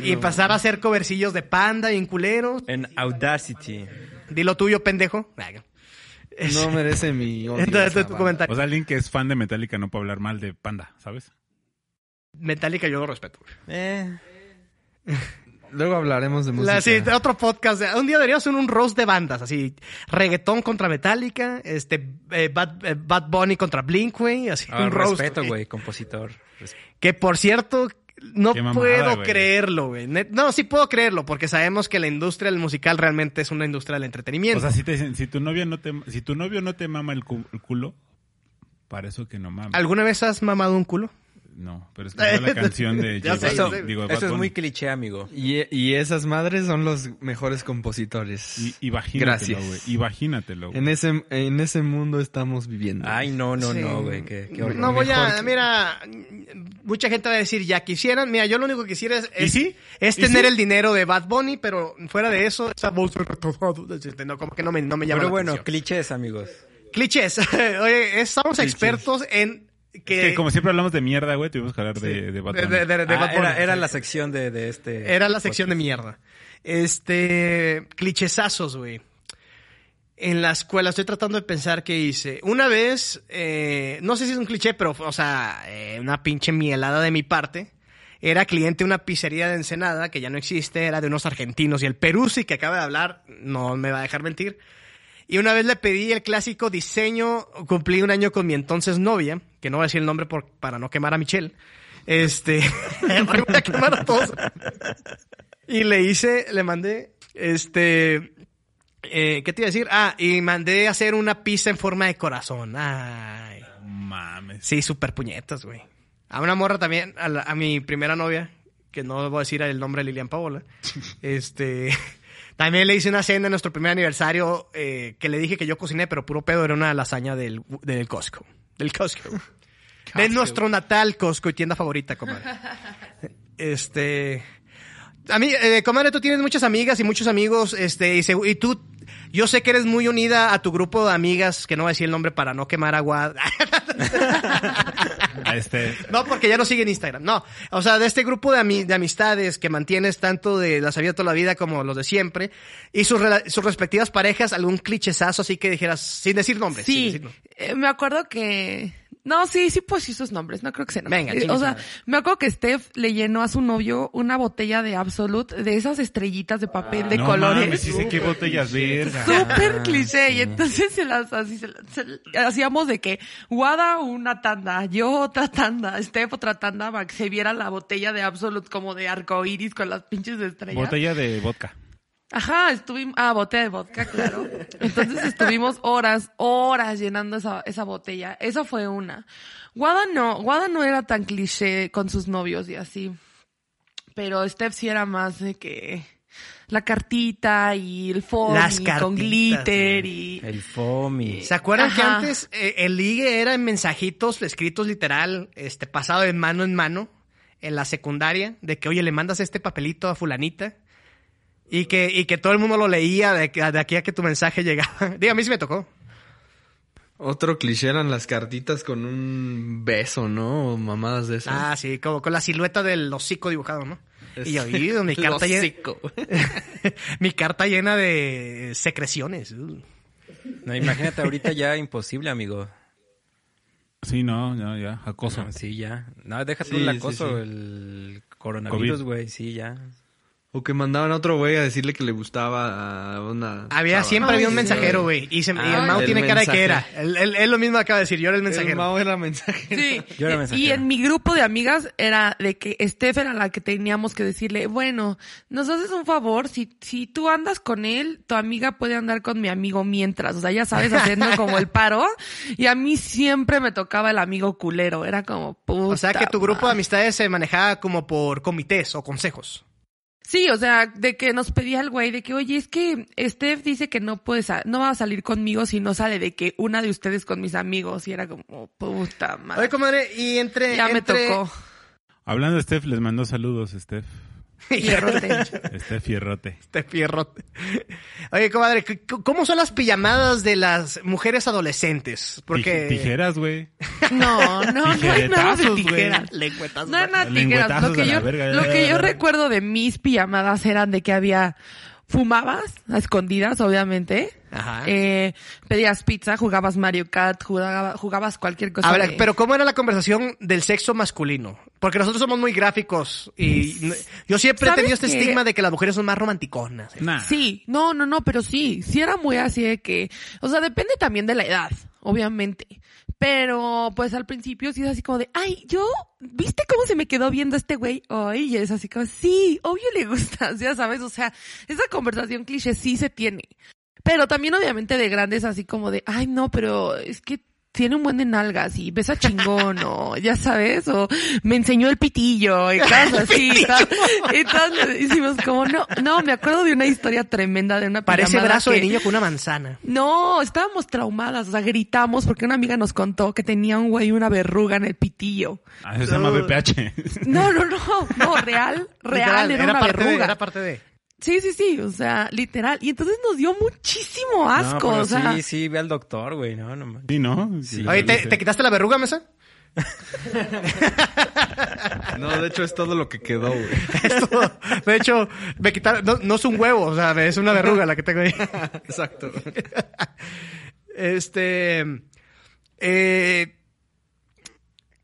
Y pasaba a hacer covercillos de panda y en culeros. En Audacity. Dilo tuyo, pendejo. Venga. *laughs* No merece mi odio Entonces, esa tu banda. comentario. O sea, alguien que es fan de Metallica no puede hablar mal de Panda, ¿sabes? Metallica, yo lo respeto. güey. Eh, Luego hablaremos de música. La- sí, otro podcast. de- Un día debería hacer un roast de bandas, así. Reggaetón contra Metallica, este, eh, Bad, eh, Bad Bunny contra Blink, güey. Así, ah, un roast. eh. respeto, güey, compositor. Res- Que por cierto, no Qué mamada, puedo güey. creerlo, güey. Ne- No, sí puedo creerlo, porque sabemos que la industria del musical realmente es una industria del entretenimiento. O sea, si te dicen, si tu novia no te, si tu novio no te mama el, cu- el culo, para eso que no mames. ¿Alguna vez has mamado un culo? No, pero es que *laughs* fue la canción de Ya J sé, Balvin, ya sé. digo, de Eso Bad es muy Bunny. cliché, amigo. Y, y esas madres son los mejores compositores. Y, imagínatelo, Gracias. güey. Imagínatelo. güey. En ese, en ese mundo estamos viviendo. Ay, no, no, Sí. no, güey. Qué, qué horror. no voy Mejor a. que- Mira, mucha gente va a decir, ya quisieran. Mira, yo lo único que quisiera es, ¿Y es, sí? es ¿Y tener sí? el dinero de Bad Bunny, pero fuera de eso, esa voz de retrasado, este, no, como que no me, no me llama Pero la bueno, atención. clichés, amigos. clichés. *laughs* Oye, estamos expertos en que. Es que como siempre hablamos de mierda, güey, tuvimos que hablar de, de Bad de- Bunny. de- de- de Ah, Bad era, Bunny. era la sección de, de este. Era la sección de mierda. Este, clichesazos, güey. En la escuela estoy tratando de pensar qué hice. Una vez, eh, no sé si es un cliché, pero, o sea, eh, una pinche mielada de mi parte. Era cliente de una pizzería de Ensenada, que ya no existe, era de unos argentinos. Y el Peruzzi, que acaba de hablar, no me va a dejar mentir. Y una vez le pedí el clásico diseño, cumplí un año con mi entonces novia, que no voy a decir el nombre por- para no quemar a Michelle. Este, *laughs* porque voy a quemar a todos. Y le hice, le mandé, este, eh, ¿qué te iba a decir? Ah, y mandé a hacer una pizza en forma de corazón. Ay, No Mames. sí, súper puñetas, güey. A una morra también, a, la- a mi primera novia, que no voy a decir el nombre Lilian Paola, este, *laughs* también le hice una cena en nuestro primer aniversario eh, que le dije que yo cociné, pero puro pedo, era una lasaña del, del Costco. Del Costco. De nuestro natal Costco y tienda favorita, comadre. Este. A mí, eh, comadre, tú tienes muchas amigas y muchos amigos, este, y, segu- y tú, yo sé que eres muy unida a tu grupo de amigas, que no voy a decir el nombre para no quemar agua. *laughs* A este, No, porque ya no sigue en Instagram. No. O sea, de este grupo de, ami- de amistades que mantienes tanto de las había toda la vida como los de siempre. Y sus, rela- sus respectivas parejas, algún clichesazo así que dijeras, sin decir nombres. sin Sí, decir nombres. eh, me acuerdo que... No, sí, sí, pues sí, sus nombres, no creo que sean. Venga, chingue o su sea, madre. me acuerdo que Steph le llenó a su novio una botella de Absolute, de esas estrellitas de papel de Ah, no colores. mames, sí sé qué botellas verga. Súper Ah, cliché. sí. Y entonces se las, así, se las- se las- hacíamos de que Wada una tanda, yo otra tanda, Steph otra tanda, para que se viera la botella de Absolute como de arco iris con las pinches estrellas. Botella de vodka. Ajá, estuvimos, ah, botella de vodka, claro. Entonces estuvimos horas, horas llenando esa, esa botella. Eso fue una. Guada no, Guada no era tan cliché con sus novios y así. Pero Steph sí era más de que la cartita y el foamy Las con cartitas, glitter y... El FOMI. ¿Se acuerdan que Ajá. antes eh, el ligue era en mensajitos escritos literal, este, pasado de mano en mano, en la secundaria, de que, oye, le mandas este papelito a fulanita? Y que, y que todo el mundo lo leía de, que- de aquí a que tu mensaje *laughs* llegaba. Diga, a mí sí me tocó. Otro cliché eran las cartitas con un beso, ¿no? O mamadas de esas. Ah, sí, como con la silueta del hocico dibujado, ¿no? Y yo, y, mi carta Lo llena, seco. *laughs* mi carta llena de secreciones. uh. No, imagínate, ahorita ya imposible, amigo. Sí, no, no, ya, acoso. No, sí, ya. No, déjate Sí, el sí, acoso, sí. el coronavirus, COVID. güey. Sí, ya. O que mandaban a otro güey a decirle que le gustaba a una. Había, chava. siempre había un Ay, mensajero, sí. güey. Y, se- y Ah, el Mao el tiene cara de que era. mensajero. Él, él- él lo mismo acaba de decir, yo era el El mensajero. Mao era *laughs* mensajero. Sí, *laughs* Yo era y- mensajero. y en mi grupo de amigas era de que Steph era la que teníamos que decirle, bueno, nos haces un favor, si, si tú andas con él, tu amiga puede andar con mi amigo mientras, o sea, ya sabes, haciendo como el paro, y a mí siempre me tocaba el amigo culero, era como, puta. O sea que tu grupo de madre". amistades se manejaba como por comités o consejos. Sí, o sea, de que nos pedía el güey de que, oye, es que Steph dice que no puede, sa- no va a salir conmigo si no sale de que una de ustedes con mis amigos, y era como, puta madre. Oye, comadre, y entre. ya me entre- *laughs* tocó. Hablando de Steph, les mando saludos, Steph. Hierrote. Steph Fierrote. Este pierrote. Oye, comadre, c- c- ¿cómo son las pijamadas de las mujeres adolescentes? Porque. Tij- Tijeras, güey. *laughs* No, no, no hay nada de Tijeretazos, güey. tijeras. Lengüetazos. No eran las tijeras. Lengüetazos Lo que a la yo, verga, ya, lo ya, que ya, yo ya. recuerdo de mis pijamadas eran de que había fumabas a escondidas, obviamente. Ajá. Eh, pedías pizza, jugabas Mario Kart, jugaba- jugabas cualquier cosa. A ver, de- pero ¿cómo era la conversación del sexo masculino? Porque nosotros somos muy gráficos y n- yo siempre he ¿Sabes tenido este qué? estigma de que las mujeres son más romanticonas. Nah. Sí, no, no, no, pero sí, sí era muy así de que, o sea, depende también de la edad, obviamente. Pero pues al principio sí es así como de, ay, yo, ¿viste cómo se me quedó viendo este güey hoy? Y es así como, sí, obvio le gustas, *laughs* ya sabes, o sea, esa conversación cliché sí se tiene. Pero también obviamente de grandes así como de, ay, no, pero es que tiene un buen de nalgas y besa chingón o ya sabes, o me enseñó el pitillo y *laughs* cosas así. y tal. y todas hicimos como, no, no, me acuerdo de una historia tremenda de una Parece pijamada brazo de que- niño con una manzana. No, estábamos traumadas, o sea, gritamos porque una amiga nos contó que tenía un güey una verruga en el pitillo. Ah, eso se llama BPH. No, no, no, *laughs* no, real, real, Literal, era, una parte de- verruga. era parte de. Sí, sí, sí, o sea, literal. Y entonces nos dio muchísimo No, asco, pero o sea. Sí, sí, ve al doctor, güey. No, no manches. *laughs* Sí, ¿no? Sí. Oye, ¿te, te quitaste la verruga, mesa? *laughs* No, de hecho es todo lo que quedó, güey. *laughs* Esto, de hecho, me quitaron. No, no es un huevo, o sea, es una verruga la que tengo ahí. Exacto. Este. eh,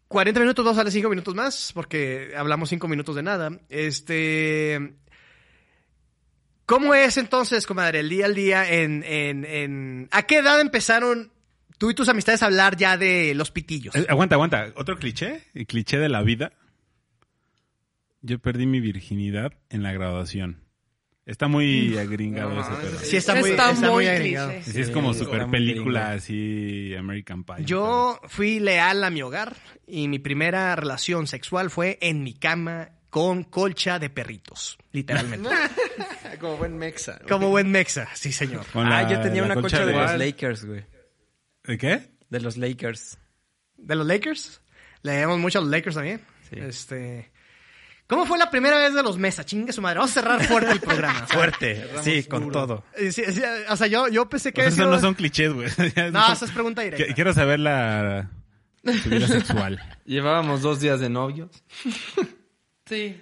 40 minutos, dos a las 5 minutos más, porque hablamos 5 minutos de nada. Este. ¿Cómo es entonces, comadre, el día al día en, en, en- ¿A qué edad empezaron tú y tus amistades a hablar ya de los pitillos? Eh, aguanta, aguanta. ¿Otro cliché? El cliché de la vida. Yo perdí mi virginidad en la graduación. Está muy agringado no ese mames, pedo. sí. Sí, está muy, Está está muy muy cliché. agregado. Sí, es como Sí, super está muy película así, American Pie. Yo fui leal a mi hogar y mi primera relación sexual fue en mi cama con colcha de perritos, literalmente. Como buen mexa. Como buen mexa, sí señor. Con ah, la- yo tenía la una colcha colcha de de- los Lakers, güey. ¿De qué? De los Lakers. ¿De los Lakers? Le damos mucho a los Lakers también. Sí. Este... ¿Cómo fue la primera vez de los Mesa? Chingue su madre. Vamos a cerrar fuerte el programa. *laughs* o sea. Fuerte. Sí, con todo. Eh, sí, sí, eh, o sea, yo, yo pensé que... O había sea, esos sido- no son clichés, güey. *laughs* No, esa es pregunta Qu- directa. Quiero saber la... Tu vida sexual. Llevábamos dos días de novios, Sí.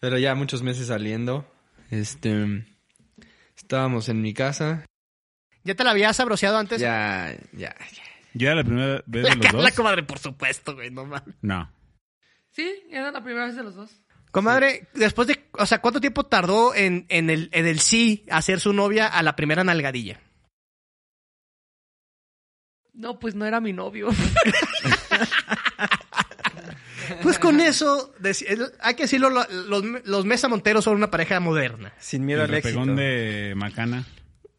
pero ya muchos meses saliendo. Este. Estábamos en mi casa. ¿Ya te la habías sabroseado antes? Ya, ya, ya. ¿Yo era la primera vez La, de los ca- *laughs* la dos? comadre, por supuesto, güey, no mames. No. Sí, era la primera vez de los dos. Comadre, después de... O sea, ¿cuánto tiempo tardó en, en, el, en el sí hacer su novia a la primera nalgadilla? No, pues no era mi novio. Pues *laughs* con eso, deci- el- hay que decirlo, lo- los, los Mesa Monteros son una pareja moderna. Sin El miedo al éxito. repegón de Macana.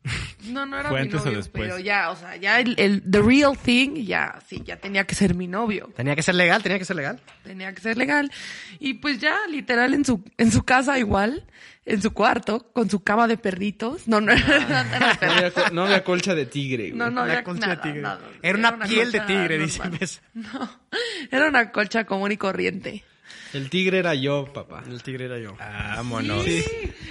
*laughs* No, no era ¿Fue mi antes o novio. después? Pero ya, o sea, ya el, el- the real thing, ya, sí, ya tenía que ser mi novio. Tenía que ser legal, tenía que ser legal. Tenía que ser legal. Y pues ya, literal, en su, en su casa igual, en su cuarto, con su cama de perritos. No, *laughs* no era, no era No había, co- no había colcha de tigre, güey. No, Una no, había colcha nada, de tigre. nada. Era una, piel de colcha tigre, dice normal. Mesa. No, era una colcha común y corriente. El tigre era yo, papá. El tigre era yo. Vámonos. Sí.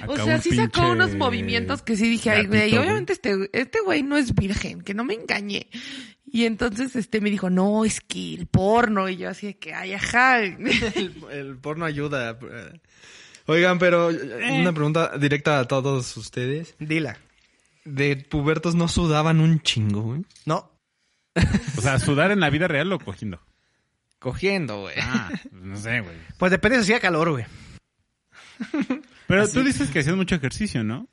O Acá sea, un sí sacó pinche unos movimientos que sí dije, ay, gatito, güey, güey". obviamente este, este güey no es virgen, que no me engañe. Y entonces este me dijo, no, es que el porno. Y yo así de que, ay, ajá. *laughs* El, el porno ayuda. eh. Oigan, pero eh, una pregunta directa a todos ustedes. Dila. ¿De pubertos no sudaban un chingo, güey? No. O sea, sudar en la vida real o cogiendo. Cogiendo, güey. Ah, *laughs* no sé, güey. Pues depende si hacía calor, güey. Pero tú dices que hacías mucho ejercicio, ¿no?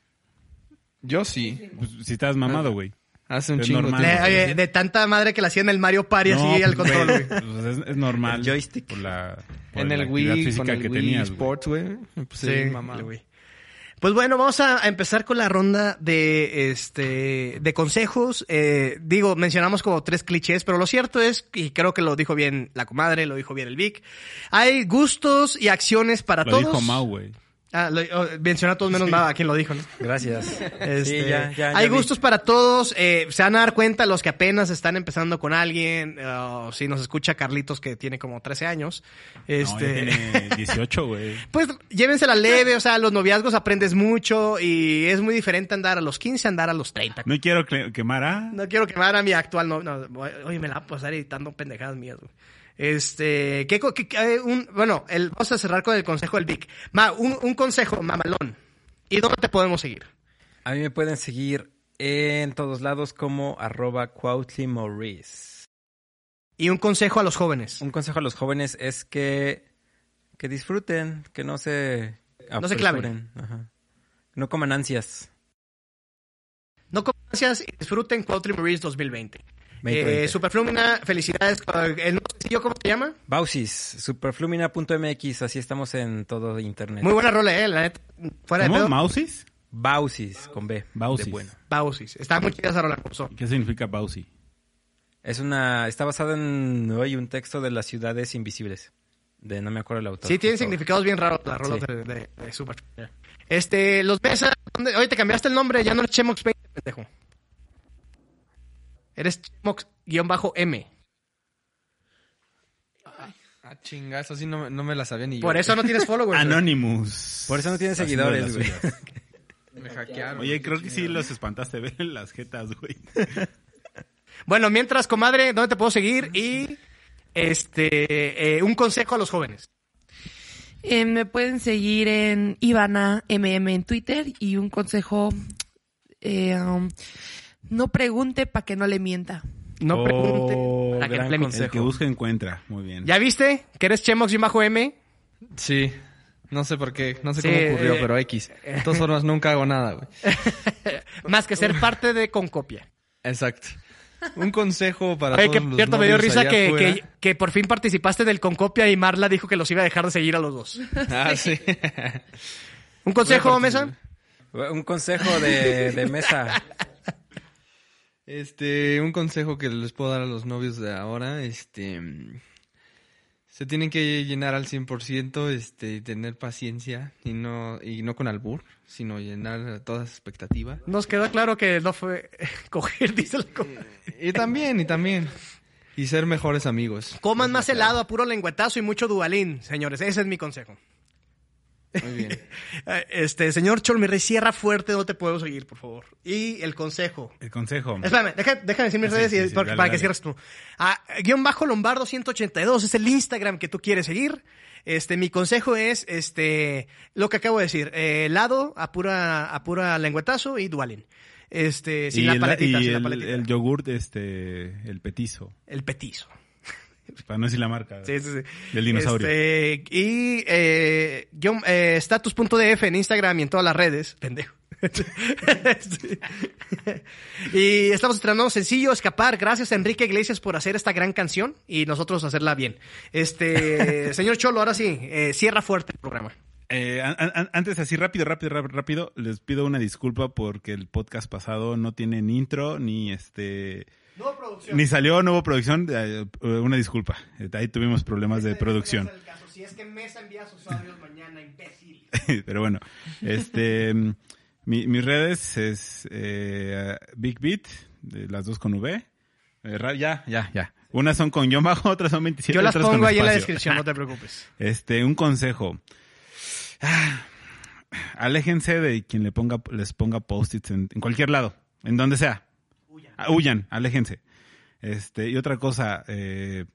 Yo sí. Pues, si estás mamado, güey. Hace un Es chingo. normal. tiempo. Le- oye, de tanta madre que le hacían el Mario Party No, así Ah, al pues, control, güey, güey. pues, es, es normal. El joystick. Por la, por En la el actividad Wii, física con el que Wii tenías, güey. Sports, güey. Pues, sí, mamá. el Wii. Pues bueno, vamos a a empezar con la ronda de, este, de consejos. Eh, digo, mencionamos como tres clichés, pero lo cierto es, y creo que lo dijo bien la comadre, lo dijo bien el Vic, hay gustos y acciones para Lo todos. dijo Mau, güey. Ah, lo- oh, mencionó a todos menos nada, quien lo dijo, ¿no? Gracias. Este, sí, ya, ya, hay ya vi. gustos para todos. eh, se van a dar cuenta los que apenas están empezando con alguien. eh, o si nos escucha Carlitos, que tiene como 13 años. No, ya Este, tiene 18, güey. *laughs* pues llévensela leve. O sea, los noviazgos aprendes mucho y es muy diferente andar a los 15 a andar a los 30. No quiero cle- quemar a... No quiero quemar a mi actual novio. No, oye, me la voy a pasar editando pendejadas mías, güey. Este, ¿qué, co- qué- qué- eh, un, bueno, el, vamos a cerrar con el consejo del Vic. Ma, un, un consejo, mamalón. ¿Y dónde te podemos seguir? A mí me pueden seguir en todos lados como arroba Cuautli Maurice. Y un consejo a los jóvenes. Un consejo a los jóvenes es que, que disfruten, que no se No se claven. apresuren. Ajá. No coman ansias. No coman ansias y disfruten Quattro Marines 2020. Eh, 2020. Superflumina, felicidades. con El nuevo sencillo, ¿cómo te llama? Bausis, superflumina.mx, así estamos en todo internet. Muy buena rola, eh, la neta. Fuera de ¿Cómo? pedo. ¿Mausis? Bausis, con B. de Bausis. bueno. Bausis. Está muy chida esa rola, Curso. ¿Qué significa Bausi? Es una, está basada en hoy un texto de las ciudades invisibles. De no me acuerdo el autor. Sí, tienen por favor. significados bien raros las rolas Sí. de, de- de Super. Este, los Besa. ¿dónde- Oye, te cambiaste el nombre, ya no eres Chemox 20, pendejo. Eres Chemox-M. Ah, chingazo, así no, me- no me la sabía ni yo. Por eso no tienes followers. güey. Anonymous. Por eso no tiene Haciendo de seguidores, las güey. suyas. Me hackearon. Oye, creo que sí los espantaste. *laughs* Ver las jetas, güey. Bueno, mientras, comadre, ¿dónde te puedo seguir? Y este, eh, un consejo a los jóvenes. Eh, me pueden seguir en Ivana MM en Twitter y un consejo, eh, um, no pregunte para que no le mienta. No Oh, pregunte para que gran le mientan. El que busca encuentra. Muy bien. ¿Ya viste que eres Chemox y bajo M? Sí. No sé por qué, no sé Sí, cómo ocurrió, eh, pero X. De todas formas, nunca hago nada, güey. Más que *laughs* ser parte de Concopia. Exacto. Un consejo para Oye, todos que los por cierto, me dio novios risa allá que, afuera. que, que por fin participaste del Concopia y Marla dijo que los iba a dejar de seguir a los dos. *laughs* Ah, sí. ¿Un consejo, Mesa? Un consejo de, de mesa. Este, un consejo que les puedo dar a los novios de ahora, este, mm, se tienen que llenar al 100%, este, y tener paciencia y no, y no con albur, sino llenar toda su expectativa. Nos quedó claro que no fue *laughs* coger, dice la comadre. Y también, y también, y ser mejores amigos. Coman más helado a puro lengüetazo y mucho dualín, señores. Ese es mi consejo. Muy bien. Eh, Este, señor Chormirrey, cierra fuerte, no te puedo seguir, por favor. Y el consejo. El consejo. Espérame, deja- déjame decir mis Sí, redes sí, y- sí, para, dale, para que dale. cierres tú. Ah, guión bajo Lombardo 182 es el Instagram que tú quieres seguir. Este, mi consejo es este, lo que acabo de decir: eh, helado a pura, a pura lengüetazo y dualin. Este, sin y la el, paletita, y sin la el- paletita. el El, yogurt, este, el petizo. petizo. Para no decir la marca. Sí, sí, sí. Del dinosaurio. Este, y eh, guión, eh, status.df en Instagram y en todas las redes, pendejo. *laughs* Sí. y estamos estrenando sencillo Escapar. Gracias a Enrique Iglesias por hacer esta gran canción y nosotros hacerla bien. *laughs* Este, señor Cholo, ahora sí, eh, cierra fuerte el programa. Eh, an- an- antes, así rápido, rápido, rápido, rápido, les pido una disculpa porque el podcast pasado no tiene ni intro, ni este... Ni salió, no hubo producción. eh, eh, una disculpa. Eh, Ahí tuvimos problemas de producción. Si es que Mesa envía sus audios mañana, imbécil. *laughs* Pero bueno, este... mm, mi- mis redes es eh, Big Beat, de las dos con V. Eh, ra- ya, ya, ya. Unas son con guión bajo, *laughs* otras son 27. Yo las otras con pongo ahí en la espacio. descripción, *laughs* no te preocupes. Este, un consejo. Ah, aléjense de quien le ponga, les ponga post-its en, en cualquier lado, en donde sea. Ah, Huyan, aléjense. Este, y otra cosa, eh,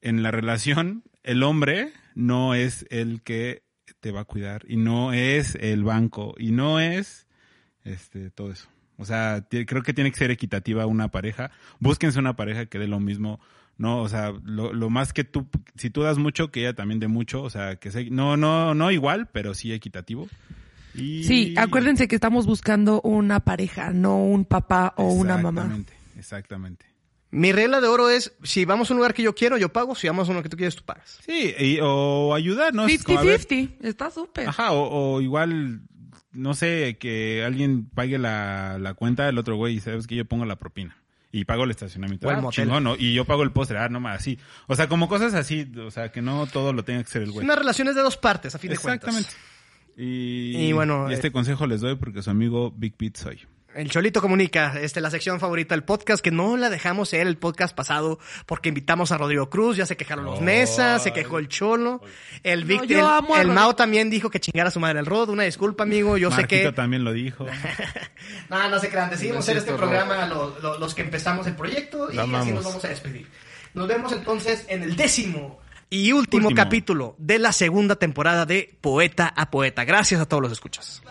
en la relación, el hombre no es el que te va a cuidar, y no es el banco, y no es este, todo eso. O sea, ti- creo que tiene que ser equitativa una pareja. Búsquense una pareja que dé lo mismo, No, o sea, lo, lo más que tú, si tú das mucho, que ella también dé mucho, o sea, que se, no, no, no igual, pero sí equitativo. Y- Sí, acuérdense que estamos buscando una pareja, no un papá o una mamá. Exactamente, exactamente. Mi regla de oro es, si vamos a un lugar que yo quiero, yo pago. Si vamos a uno que tú quieres, tú pagas. Sí, y- o ayudar, ¿no? Es como, a ver, 50-50, está súper. Ajá, o, o igual, no sé, que alguien pague la, la cuenta del otro güey y sabes que yo pongo la propina. Y pago el estacionamiento. O el Ah, motel. chingón, ¿no? Y yo pago el postre, ah, nomás así. O sea, como cosas así, o sea, que no todo lo tenga que ser el güey. Unas relaciones de dos partes, a fin de cuentas. Exactamente. Y, Y bueno, eh, y este consejo les doy porque su amigo Big Pete soy. El Cholito Comunica, este, la sección favorita del podcast, que no la dejamos en el podcast pasado porque invitamos a Rodrigo Cruz, ya se quejaron los Mesas, se quejó el Cholo, el No, Víctor, yo amo a el, el Rodrigo. Mao también dijo que chingara a su madre el Rod, una disculpa amigo, yo sé Marquito que... también *laughs* lo dijo. No, no se crean, decidimos hacer este programa lo- lo- los que empezamos el proyecto y así nos vamos a despedir. Nos vemos entonces en el décimo y último, Último. capítulo de la segunda temporada de Poeta a Poeta. Gracias a todos los escuchas.